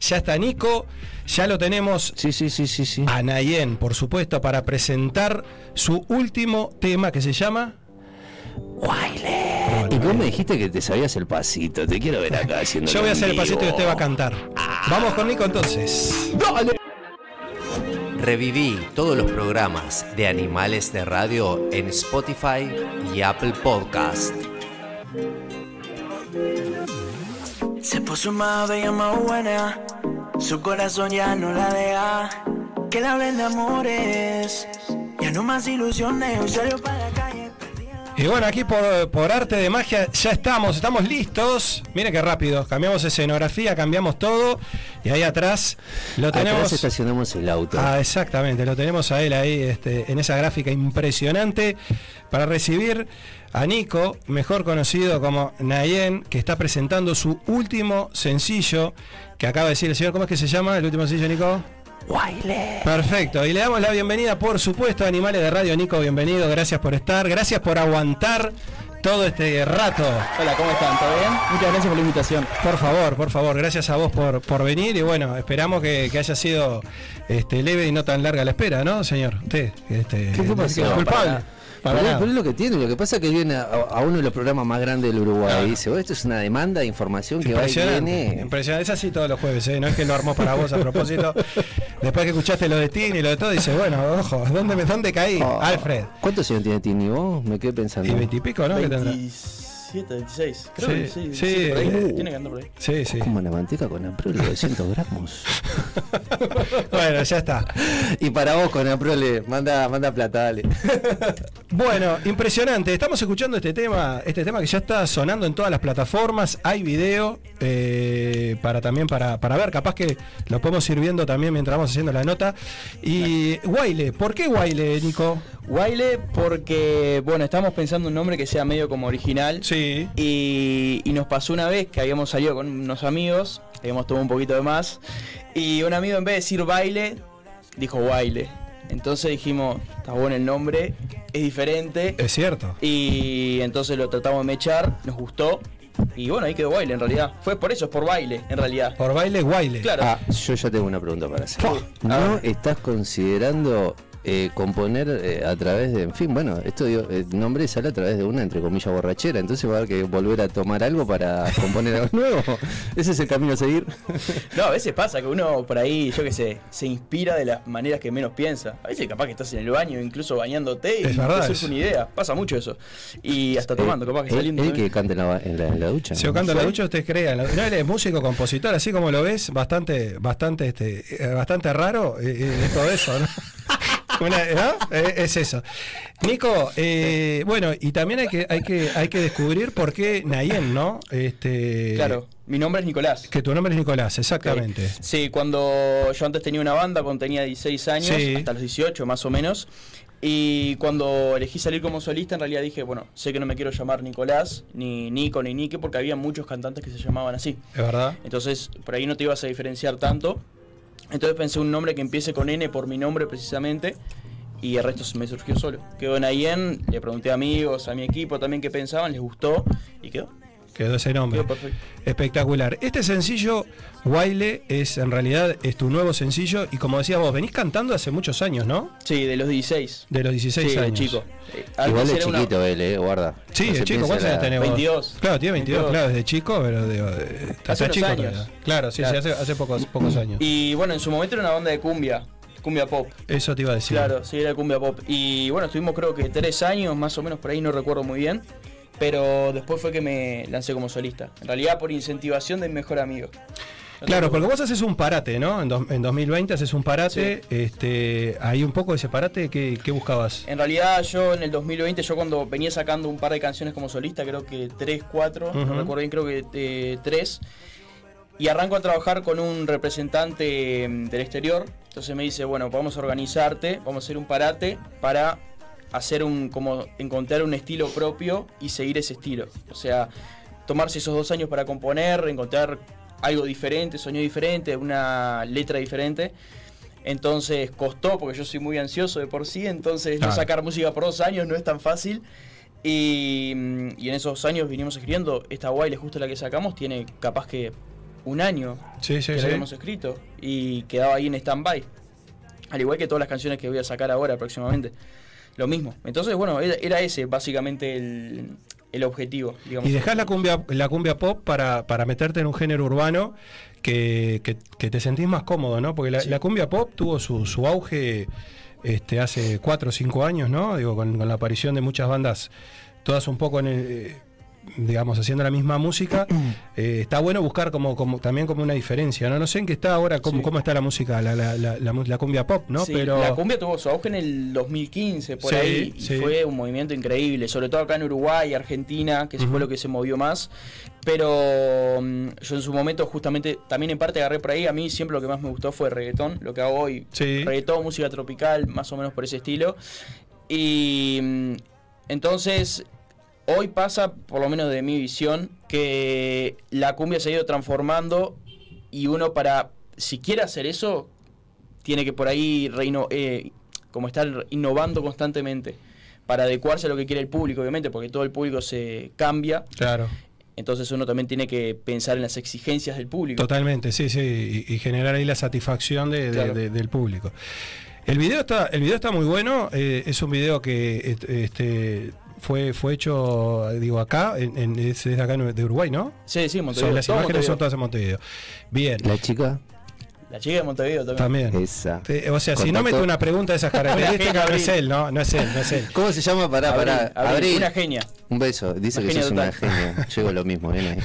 ya está Nico, ya lo tenemos Sí, sí, sí, sí, sí. a Nayen, por supuesto, para presentar su último tema que se llama. Y vos me dijiste que te sabías el pasito. Te quiero ver acá haciendo. Yo voy a hacer el pasito y usted va a cantar. Vamos con Nico entonces. Reviví todos los programas de Animales de Radio en Spotify y Apple Podcast. Se puso más bella, más buena. Su corazón ya no la deja. Que le hablen de amores. Ya no más ilusiones. Hoy salió para la calle. perdida. Y bueno, aquí por, por arte de magia ya estamos, estamos listos. Miren qué rápido, cambiamos escenografía, cambiamos todo. Y ahí atrás lo tenemos. Atrás estacionamos el auto. Ah, exactamente, lo tenemos a él ahí este, en esa gráfica impresionante para recibir a Nico, mejor conocido como Nayen, que está presentando su último sencillo que acaba de decir el señor. ¿Cómo es que se llama el último sencillo, Nico? Perfecto, y le damos la bienvenida, por supuesto, a Animales de Radio. Nico, bienvenido, gracias por estar, gracias por aguantar todo este rato. Hola, ¿cómo están? ¿Todo bien? Muchas gracias por la invitación. Por favor, por favor, gracias a vos por, por venir y bueno, esperamos que, que haya sido este, leve y no tan larga la espera, ¿no, señor? Usted, este, ¿Qué fue no es pasado? culpable. Para- Para Pero, nada. pero es lo que tiene, lo que pasa es que viene a, a uno de los programas más grandes del Uruguay y dice, "Oh, esto es una demanda de información que va y Impresionante, viene. impresionante. Es así todos los jueves, ¿eh? no es que lo armó para vos a propósito. Después que escuchaste lo de Tini y lo de todo, dices, bueno, ojo, ¿dónde, me, dónde caí? Oh. Alfred. ¿Cuántos años tiene Tini vos? Me quedé pensando. Y veintipico, ¿no? ¿Qué tendrá? 27, 26. Creo Sí, que sí. sí, 27, por ahí. eh. Tiene que andar por ahí. Sí, sí. Como la manteca con Aprole, 200 gramos. Bueno, ya está. y para vos con Aprole, manda, manda plata, dale. Bueno, impresionante. Estamos escuchando este tema, este tema que ya está sonando en todas las plataformas. Hay video eh, para también para, para ver, capaz que lo podemos ir viendo también mientras vamos haciendo la nota. Y Guaile, ¿por qué Guaile, Nico? Guaile, porque, bueno, estamos pensando un nombre que sea medio como original. Sí. Y, y nos pasó una vez que habíamos salido con unos amigos, habíamos tomado un poquito de más, y un amigo en vez de decir baile, dijo baile. Entonces dijimos, está bueno el nombre, es diferente. Es cierto. Y entonces lo tratamos de mechar, nos gustó. Y bueno, ahí quedó baile en realidad. Fue por eso, es por baile en realidad. Por baile, Guaile. Claro. Ah, yo ya tengo una pregunta para hacer. ¿No estás considerando eh, componer eh, a través de, en fin, bueno, esto digo, eh, el nombre sale a través de una, entre comillas, borrachera, entonces va a haber que volver a tomar algo para componer algo nuevo? ¿Ese es el camino a seguir? No, a veces pasa que uno por ahí, yo qué sé, se inspira de las maneras que menos piensa. A veces capaz que estás en el baño, incluso bañándote, y Es verdad te surge eso. una idea. Pasa mucho eso. Y hasta tomando, capaz que Eh, saliendo. él- él también. que canta en la, ba- en la- en la ducha. Se ¿no? canta la ducha, usted crea. No, él es músico, compositor, así como lo ves, bastante, bastante, este, eh, bastante raro eh, eh, es todo eso, ¿no? Una- ¿no? Eh, Es eso. Nico, eh, bueno, y también hay que, hay que, hay que descubrir por qué Nayen, ¿no? Este, Claro, mi nombre es Nicolás. Que tu nombre es Nicolás, exactamente. Sí, cuando yo antes tenía una banda, cuando tenía 16 años, Sí. hasta los 18 más o menos. Y cuando elegí salir como solista, en realidad dije, bueno, sé que no me quiero llamar Nicolás, ni Nico, ni Nike, porque había muchos cantantes que se llamaban así. Es verdad. Entonces, por ahí no te ibas a diferenciar tanto. Entonces pensé un nombre que empiece con N por mi nombre precisamente. Y el resto se me surgió solo. Quedó en Ayen, le pregunté a amigos, a mi equipo también qué pensaban, les gustó. Y quedó. Quedó ese nombre. Quedó perfecto. Espectacular. Este sencillo, Guaile, es en realidad es tu nuevo sencillo y como decías vos, venís cantando hace muchos años, ¿no? Sí, de los 16. De los 16 sí, de años. chico. Eh, Igual antes es era una- chiquito él, eh, guarda. Sí, No es se chico, piensa ¿cuántos años la- tenés vos? 22. Claro, tiene 22, 22. claro, desde chico, pero digo, eh, está está Hace unos chico años. todavía. Claro, sí, Claro. sí, hace, hace pocos, pocos años. Y bueno, en su momento era una banda de cumbia, cumbia pop. Eso te iba a decir. Claro, sí, era cumbia pop. Y bueno, estuvimos creo que tres años más o menos por ahí, no recuerdo muy bien. Pero después fue que me lancé como solista. En realidad por incentivación de mi mejor amigo. Claro, porque vos haces un parate, ¿no? En, dos- en 2020 haces un parate, este, hay un poco de ese parate, ¿qué, qué buscabas? En realidad yo en el 2020, yo cuando venía sacando un par de canciones como solista, creo que tres, cuatro, Ujú. no recuerdo bien, creo que eh, tres. Y arranco a trabajar con un representante mm, del exterior. Entonces me dice, bueno, vamos a organizarte, vamos a hacer un parate para hacer un, como encontrar un estilo propio y seguir ese estilo. O sea, tomarse esos dos años para componer, encontrar algo diferente, sueño diferente, una letra diferente. Entonces costó, porque yo soy muy ansioso de por sí, entonces Claro. no sacar música por dos años no es tan fácil. Y, mm, y en esos años vinimos escribiendo, esta guay, justo la que sacamos, tiene capaz que un año Sí, sí, que sí. lo habíamos escrito y quedaba ahí en stand-by. Al igual que todas las canciones que voy a sacar ahora próximamente. Lo mismo. Entonces, bueno, era, era ese básicamente el, el objetivo. Digamos. Y dejás la cumbia, la cumbia pop para, para meterte en un género urbano que, que- que te sentís más cómodo, ¿no? Porque la, Sí. la cumbia pop tuvo su, su auge este, hace 4 o 5 años, ¿no? Digo, con, con la aparición de muchas bandas, todas un poco en el, eh, digamos, haciendo la misma música. Eh, está bueno buscar como, como también como una diferencia, ¿no? No sé en qué está ahora, cómo, Sí. cómo está la música, la, la- la- la mu- la cumbia pop, ¿no? Sí, Pero La cumbia tuvo su auge en el 2015, por Sí, ahí, y sí. fue un movimiento increíble, sobre todo acá en Uruguay, Argentina, que eso Ujú. fue lo que se movió más. Pero mm, yo en su momento, justamente, también en parte agarré por ahí, a mí siempre lo que más me gustó fue reggaetón, lo que hago hoy. Sí. Reggaetón, música tropical, más o menos por ese estilo. Y mm, entonces, hoy pasa, por lo menos de mi visión, que la cumbia se ha ido transformando y uno para, si quiere hacer eso, tiene que por ahí reino, eh, como estar innovando constantemente para adecuarse a lo que quiere el público, obviamente, porque todo el público se cambia, claro. entonces uno también tiene que pensar en las exigencias del público. Totalmente, sí, sí, y, y generar ahí la satisfacción de- de- Claro. de- del público. El video está, el video está muy bueno, eh, es un video que et- este, fue, fue hecho, digo, acá, en, en- es, es de acá de Uruguay, ¿no? Sí, O sí, sea, Montevideo. las todo imágenes son Montevideo. todas en Montevideo. Bien, La chica, La chica de Montevideo también. también. esa. Te- o sea, si Contacto- no mete una pregunta de esas características, no es él, ¿no? No es él, no es él. ¿Cómo se llama? Pará, Abril, pará. Abril, Abril. Una genia. Un beso. Dice Una que genia sos una total. genia. Llego lo mismo, bien ahí.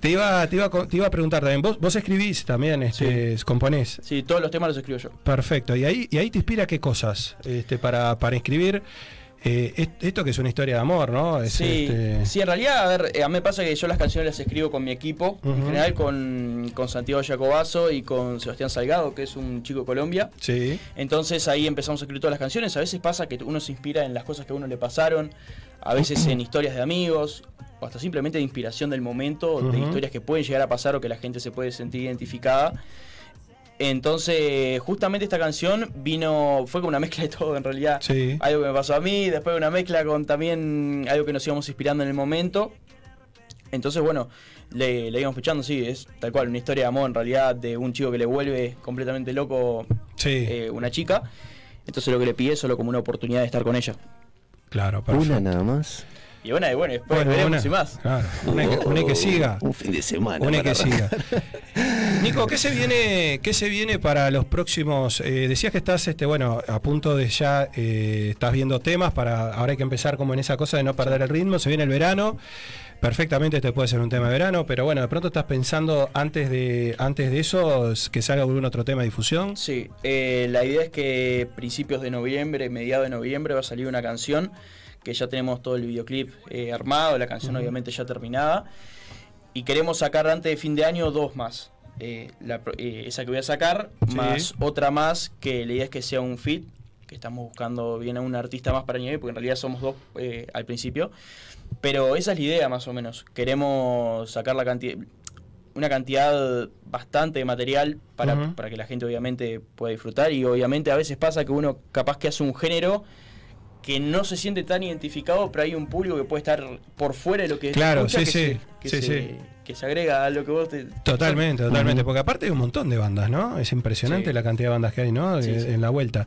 Te iba, te, iba, a co- te iba a preguntar también, vos, vos escribís también, este, componés. Sí, todos los temas los escribo yo. Perfecto. ¿Y ahí, y ahí te inspira qué cosas este, para, para escribir? eh, est- esto que es una historia de amor, ¿no? Es, Sí, este, sí, en realidad, a ver, eh, a mí me pasa que yo las canciones las escribo con mi equipo, en Ujú. general con, con Santiago Jacobazo y con Sebastián Salgado, que es un chico de Colombia. sí. Entonces ahí empezamos a escribir todas las canciones. A veces pasa que uno se inspira en las cosas que a uno le pasaron, a veces en historias de amigos, o hasta simplemente de inspiración del momento, de Ujú. historias que pueden llegar a pasar o que la gente se puede sentir identificada. Entonces, justamente esta canción vino, fue como una mezcla de todo en realidad. Sí. Algo que me pasó a mí, después una mezcla con también algo que nos íbamos inspirando en el momento. Entonces, bueno, le, le íbamos escuchando, sí, es tal cual, una historia de amor en realidad de un chico que le vuelve completamente loco Sí, eh, una chica. Entonces lo que le pide es solo como una oportunidad de estar con ella. claro, perfecto. Una nada más. Y bueno, y bueno, después veremos una, y más. Oh. claro, una, que, una que siga. Un fin de semana. Una que para siga. Nico, ¿qué se viene, qué se viene para los próximos? eh, decías que estás, este, bueno, a punto de ya eh, estás viendo temas para ahora hay que empezar como en esa cosa de no perder el ritmo. Se viene el verano, perfectamente este puede ser un tema de verano, pero bueno, de pronto estás pensando antes de antes de eso s- que salga algún otro tema de difusión. Sí, eh, la idea es que principios de noviembre, mediados de noviembre va a salir una canción que ya tenemos todo el videoclip eh, armado, la canción obviamente ya terminada. Y queremos sacar antes de fin de año dos más. Eh, la pro- eh, esa que voy a sacar, Sí. más otra más, que la idea es que sea un fit, que estamos buscando bien a un artista más para añadir, porque en realidad somos dos eh, al principio. Pero esa es la idea más o menos. Queremos sacar la cantidad, una cantidad bastante de material para, Ujú. para que la gente obviamente pueda disfrutar. Y obviamente a veces pasa que uno capaz que hace un género que no se siente tan identificado, pero hay un público que puede estar por fuera de lo que Claro, sí, escucha, que sí, se- que sí, se- sí. que se agrega a lo que vos te... Totalmente, totalmente, Ujú. porque aparte hay un montón de bandas, ¿no? Es impresionante Sí. la cantidad de bandas que hay, ¿no? Sí, Eh, sí. En la vuelta.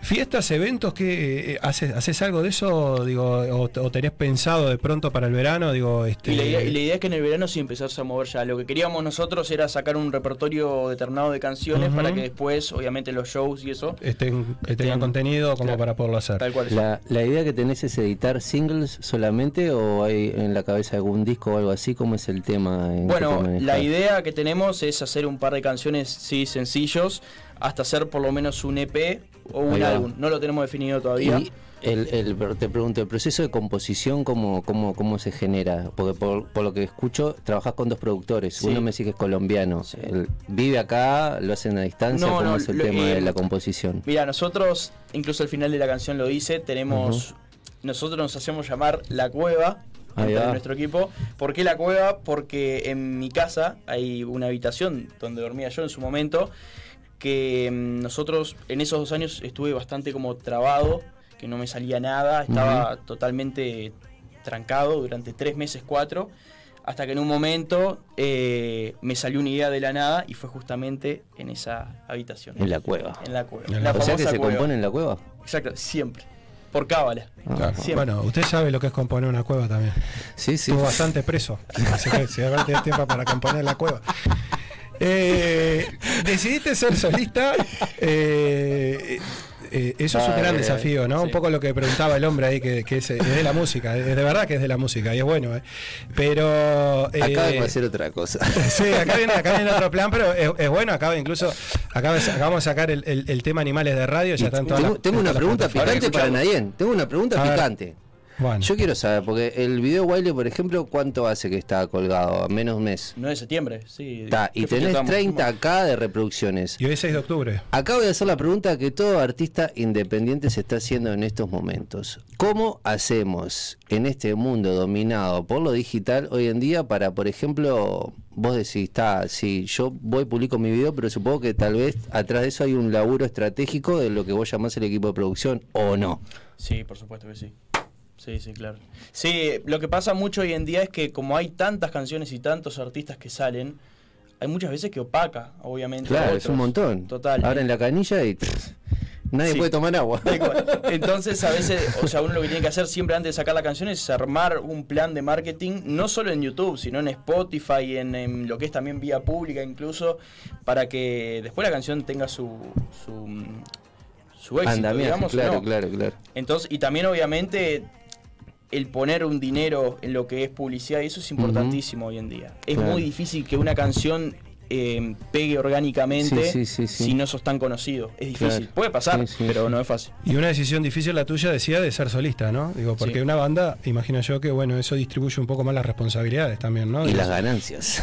Fiestas, eventos, que eh, haces, haces algo de eso, digo, o, o tenés pensado de pronto para el verano, digo, este, Y la, idea, y la idea es que en el verano sí empezarse a mover ya. Lo que queríamos nosotros era sacar un repertorio determinado de canciones Ujú. para que después, obviamente, los shows y eso, estén- que tengan Estén- este, contenido como claro. para poderlo hacer. tal cual. La, la idea que tenés es editar singles solamente o hay en la cabeza algún disco o algo así, ¿cómo es el tema? en que te Bueno, manejas? la idea que tenemos es hacer un par de canciones, sí, sencillos, hasta hacer por lo menos un EP o Ahí un va. álbum. No lo tenemos definido Y todavía. el, el- pero te pregunto, el proceso de composición, ¿cómo, cómo, cómo se genera? Porque por, por lo que escucho, trabajás con dos productores. Sí. Uno me dice que es colombiano. Él vive acá, lo hacen a distancia. No, ¿Cómo no, es el lo- tema eh, de la composición? Mira, nosotros, incluso al final de la canción lo dice, tenemos. Nosotros nos hacemos llamar La Cueva. Ahí dentro de va. nuestro equipo. ¿Por qué la cueva? Porque en mi casa hay una habitación donde dormía yo en su momento. Que mm, nosotros en esos dos años estuve bastante como trabado, que no me salía nada, estaba totalmente trancado durante tres meses, cuatro. Hasta que en un momento eh, me salió una idea de la nada y fue justamente en esa habitación. En la cueva. En la cueva. En la la o sea que famosa se cueva. compone en la cueva. Exacto, siempre. Por cábala. Claro. Siempre. Bueno, usted sabe lo que es componer una cueva también. Sí, sí. Estuvo bastante preso. Así que si ahora tenés tiempo para componer la cueva. Eh, decidiste ser solista. eh, eh, eso es un Ay, gran ay, desafío, ¿no? Un Sí. poco lo que preguntaba el hombre ahí, que, que es, es de la música. Es de verdad que es de la música y es bueno. eh. Pero. eh, Acá de hacer otra cosa. Sí, acá viene, acá viene otro plan, pero es, es bueno. Acaba incluso. Acaba, acabamos de sacar el, el- el tema Animales de Radio. Ya están tengo todas las- tengo una todas las pregunta plataformas. picante para Nadien. Tengo una pregunta A ver. picante. Bueno. Yo quiero saber, porque el video baile, por ejemplo, ¿cuánto hace que está colgado? A menos un mes. 9 de septiembre, sí. Está, y ¿Qué fecha tenés estamos? 30k de reproducciones. Y hoy es 6 de octubre. Acá voy a hacer la pregunta que todo artista independiente se está haciendo en estos momentos. ¿Cómo hacemos en este mundo dominado por lo digital hoy en día para, por ejemplo, vos decís, está, sí, yo voy, publico mi video, pero supongo que tal vez atrás de eso hay un laburo estratégico de lo que vos llamás el equipo de producción o no? Sí, por supuesto que sí. Sí, sí, claro. Sí, lo que pasa mucho hoy en día es que como hay tantas canciones y tantos artistas que salen, hay muchas veces que opaca, obviamente. a Claro, es otros. un montón. Total. Ahora en la canilla y pff, nadie Sí. puede tomar agua. Tal cual. Entonces, a veces, o sea, uno lo que tiene que hacer siempre antes de sacar la canción es armar un plan de marketing, no solo en YouTube, sino en Spotify, en, en lo que es también vía pública incluso, para que después la canción tenga su, su, su Pues éxito, Andamiaje, digamos, ¿o claro, no? claro, claro. Entonces, y también obviamente el poner un dinero en lo que es publicidad, y eso es importantísimo hoy en día. Es Claro. muy difícil que una canción eh, pegue orgánicamente Sí, sí, sí, sí. si no sos tan conocido. Es difícil. Claro. Puede pasar, Sí, sí, pero sí. no es fácil. Y una decisión difícil la tuya decía de ser solista, ¿no? Digo, porque Sí. una banda, imagino yo que, bueno, eso distribuye un poco más las responsabilidades también, ¿no? Y Digo, las ganancias.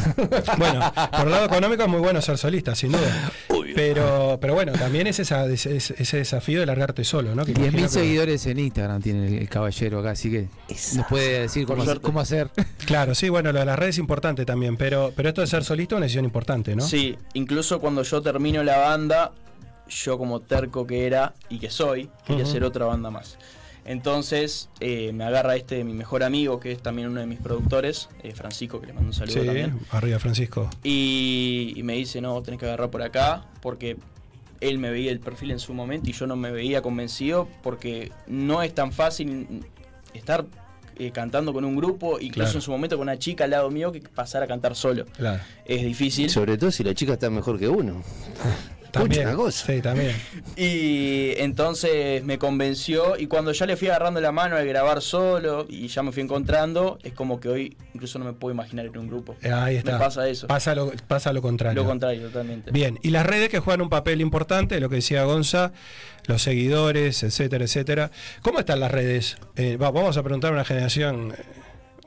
Bueno, por el lado económico es muy bueno ser solista, sin duda. Pero, pero bueno, también es esa- es- es- ese desafío de largarte solo, ¿no? Que 10.000 imagino que- seguidores en Instagram tiene el, el caballero acá, así que nos puede decir cómo, hacer- cómo hacer. Claro, sí, bueno, lo de las redes es importante también, pero, pero esto de ser solista es una decisión importante, ¿no? Sí, incluso cuando yo termino la banda, yo como terco que era y que soy, quería Ujú. hacer otra banda más. Entonces eh, me agarra este mi mejor amigo, que es también uno de mis productores, eh, Francisco, que le mando un saludo Sí, también. arriba Francisco. Y, y me dice, no, tenés que agarrar por acá, porque él me veía el perfil en su momento y yo no me veía convencido, porque no es tan fácil estar eh, cantando con un grupo, incluso Claro. en su momento con una chica al lado mío, que pasar a cantar solo. Claro. Es difícil. Sobre todo si la chica está mejor que uno. También. Pucha cosa. Sí, también. Y entonces me convenció y cuando ya le fui agarrando la mano al grabar solo y ya me fui encontrando, es como que hoy incluso no me puedo imaginar en un grupo. Eh, Ahí está. Me pasa eso. Pasa lo, pasa lo contrario. Lo contrario, totalmente. Bien, y las redes que juegan un papel importante, lo que decía Gonza, los seguidores, etcétera, etcétera. ¿Cómo están las redes? Eh, va- vamos a preguntar a una generación eh,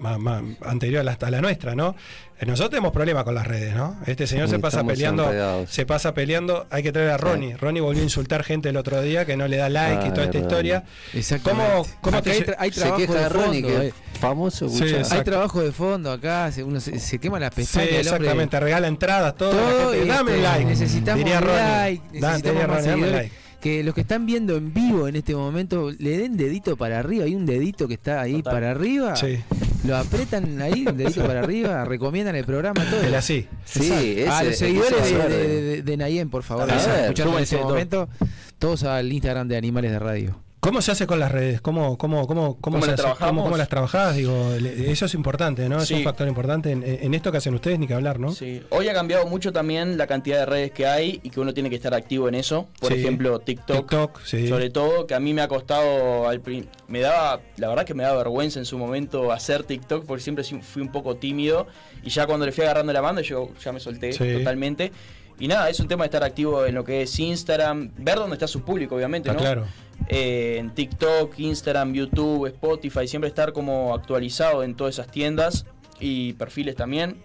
más, más anterior a la, a la nuestra, ¿no? Eh, nosotros tenemos problemas con las redes, ¿no? Este señor se Y pasa estamos peleando, enredados. se pasa peleando, hay que traer a Ronnie. Ronnie volvió a insultar gente el otro día que no le da like y Ay, toda esta Ronnie. historia. Exactamente. ¿Cómo- cómo Acá te- hay, tra- hay Se trabajo queja de de Ronnie, fondo, que eh. es famoso. Sí, escuchá. exacto. Hay trabajo de fondo acá, se, uno se, se quema las Sí, pestañas. el hombre. exactamente, regala entradas, todo. la Todo, gente, y dame este, un like. necesitamos diría un Ronnie. like, Da- diría necesitamos más Ronnie, dame un seguidores. like. Que los que están viendo en vivo en este momento le den dedito para arriba, hay un dedito que está ahí Total. para arriba, Sí, lo apretan ahí, un dedito para arriba, recomiendan el programa todo. el así. Sí, ese, a Ah, los seguidores ese de, es eh. de, verde. de- de Nayem, por favor, A que están ver, escuchando en súbanse este todos. momento, todos al Instagram de Animales de Radio. ¿Cómo se hace con las redes? ¿Cómo, cómo, cómo, cómo, ¿Cómo se las hace? trabajamos? ¿Cómo- cómo las trabajás? Digo, le- eso es importante, ¿no? Es Sí. un factor importante. En, en esto que hacen ustedes, ni que hablar, ¿no? Sí. Hoy ha cambiado mucho también la cantidad de redes que hay y que uno tiene que estar activo en eso. Por Sí. ejemplo, TikTok. TikTok, sí. Sobre todo que a mí me ha costado, al prin- me daba, la verdad que me daba vergüenza en su momento hacer TikTok porque siempre sí fui un poco tímido y ya cuando le fui agarrando la banda yo ya me solté Sí. totalmente. Y nada, es un tema de estar activo en lo que es Instagram, ver dónde está su público obviamente, Está ¿no? claro. Eh, en TikTok, Instagram, YouTube, Spotify, siempre estar como actualizado en todas esas tiendas y perfiles también.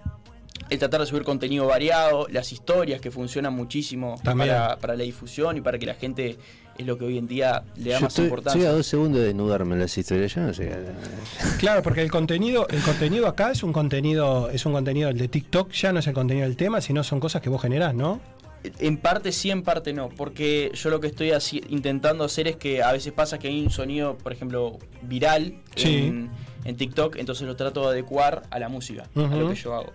El tratar de subir contenido variado, las historias que funcionan muchísimo También. para, para la difusión y para que la gente es lo que hoy en día le Yo da más estoy, estoy a importancia. dos segundos de desnudarme en las historias. Yo no sé. eh. Claro, porque el contenido, el contenido acá es un contenido, es un contenido el de TikTok, ya no es el contenido del tema, sino son cosas que vos generás, ¿no? En parte sí, en parte no, porque yo lo que estoy haci- intentando hacer es que a veces pasa que hay un sonido, por ejemplo, viral Sí. en, en TikTok, entonces lo trato de adecuar a la música, a Ujú. lo que yo hago.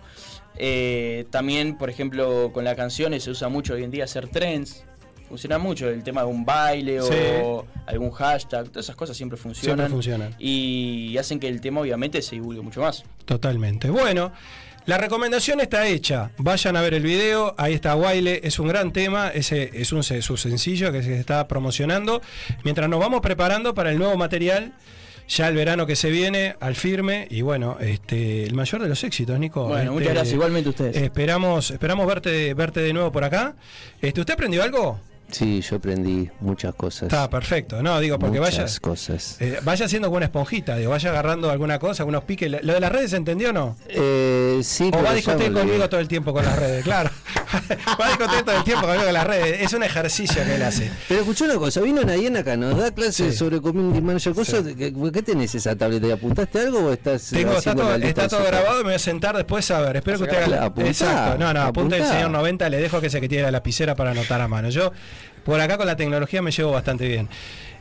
Eh, también, por ejemplo, con las canciones se usa mucho hoy en día hacer trends, funciona mucho el tema de un baile o algún hashtag, todas esas cosas siempre funcionan. Siempre funcionan. Y hacen que el tema obviamente se divulgue mucho más. Totalmente. Bueno, la recomendación está hecha. Vayan a ver el video. Ahí está Guaile. Es un gran tema. Ese es un se- su sencillo que se está promocionando. Mientras nos vamos preparando para el nuevo material. Ya el verano que se viene, al firme. Y bueno, este, el mayor de los éxitos, Nico. Bueno, Este, eh, muchas gracias. Igualmente ustedes. Esperamos, esperamos verte, verte de nuevo por acá. Este, ¿Usted aprendió algo? Sí, yo aprendí muchas cosas. Está perfecto. No, digo, porque muchas vayas. cosas. Eh, vaya haciendo como una esponjita, digo, vaya agarrando alguna cosa, algunos piques. ¿Lo de las redes se entendió o no? Eh, sí, O pero va a ya discutir volví. conmigo todo el tiempo con las redes, claro. va a discutir todo el tiempo conmigo con las redes. Es un ejercicio que él hace. Pero escuchó una cosa, vino Nadien acá, nos da clases Sí. sobre community manager, cosas, que- que- ¿qué tenés esa tableta? ¿Y apuntaste algo o estás eh, Tengo, está haciendo todo, la lista está de todo sopa? grabado y me voy a sentar después a ver. Espero que usted haga. Claro, apuntá, Exacto. No, no, apunta el apuntá. señor 90, le dejo que se que tiene la lapicera para anotar a mano. Yo, por acá con la tecnología me llevo bastante bien.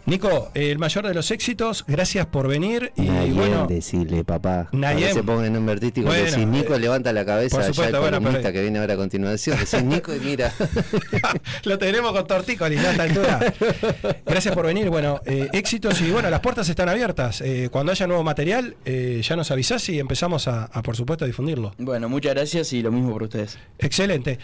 Nico, eh, el mayor de los éxitos, gracias por venir. Y Nadien, bueno, decile, papá. Nadien. Ahora se ponga en nombre artístico. Bueno, decís, Nico eh, levanta la cabeza por allá supuesto, el bueno, pero- columnista que viene ahora a continuación. Decís, Nico, y mira. Lo tenemos con tortícolis ¿no? a esta altura. Gracias por venir. Bueno, eh, éxitos y bueno, las puertas están abiertas. Eh, cuando haya nuevo material, eh, ya nos avisás y empezamos a, a, por supuesto, a difundirlo. Bueno, muchas gracias y lo mismo por ustedes. Excelente.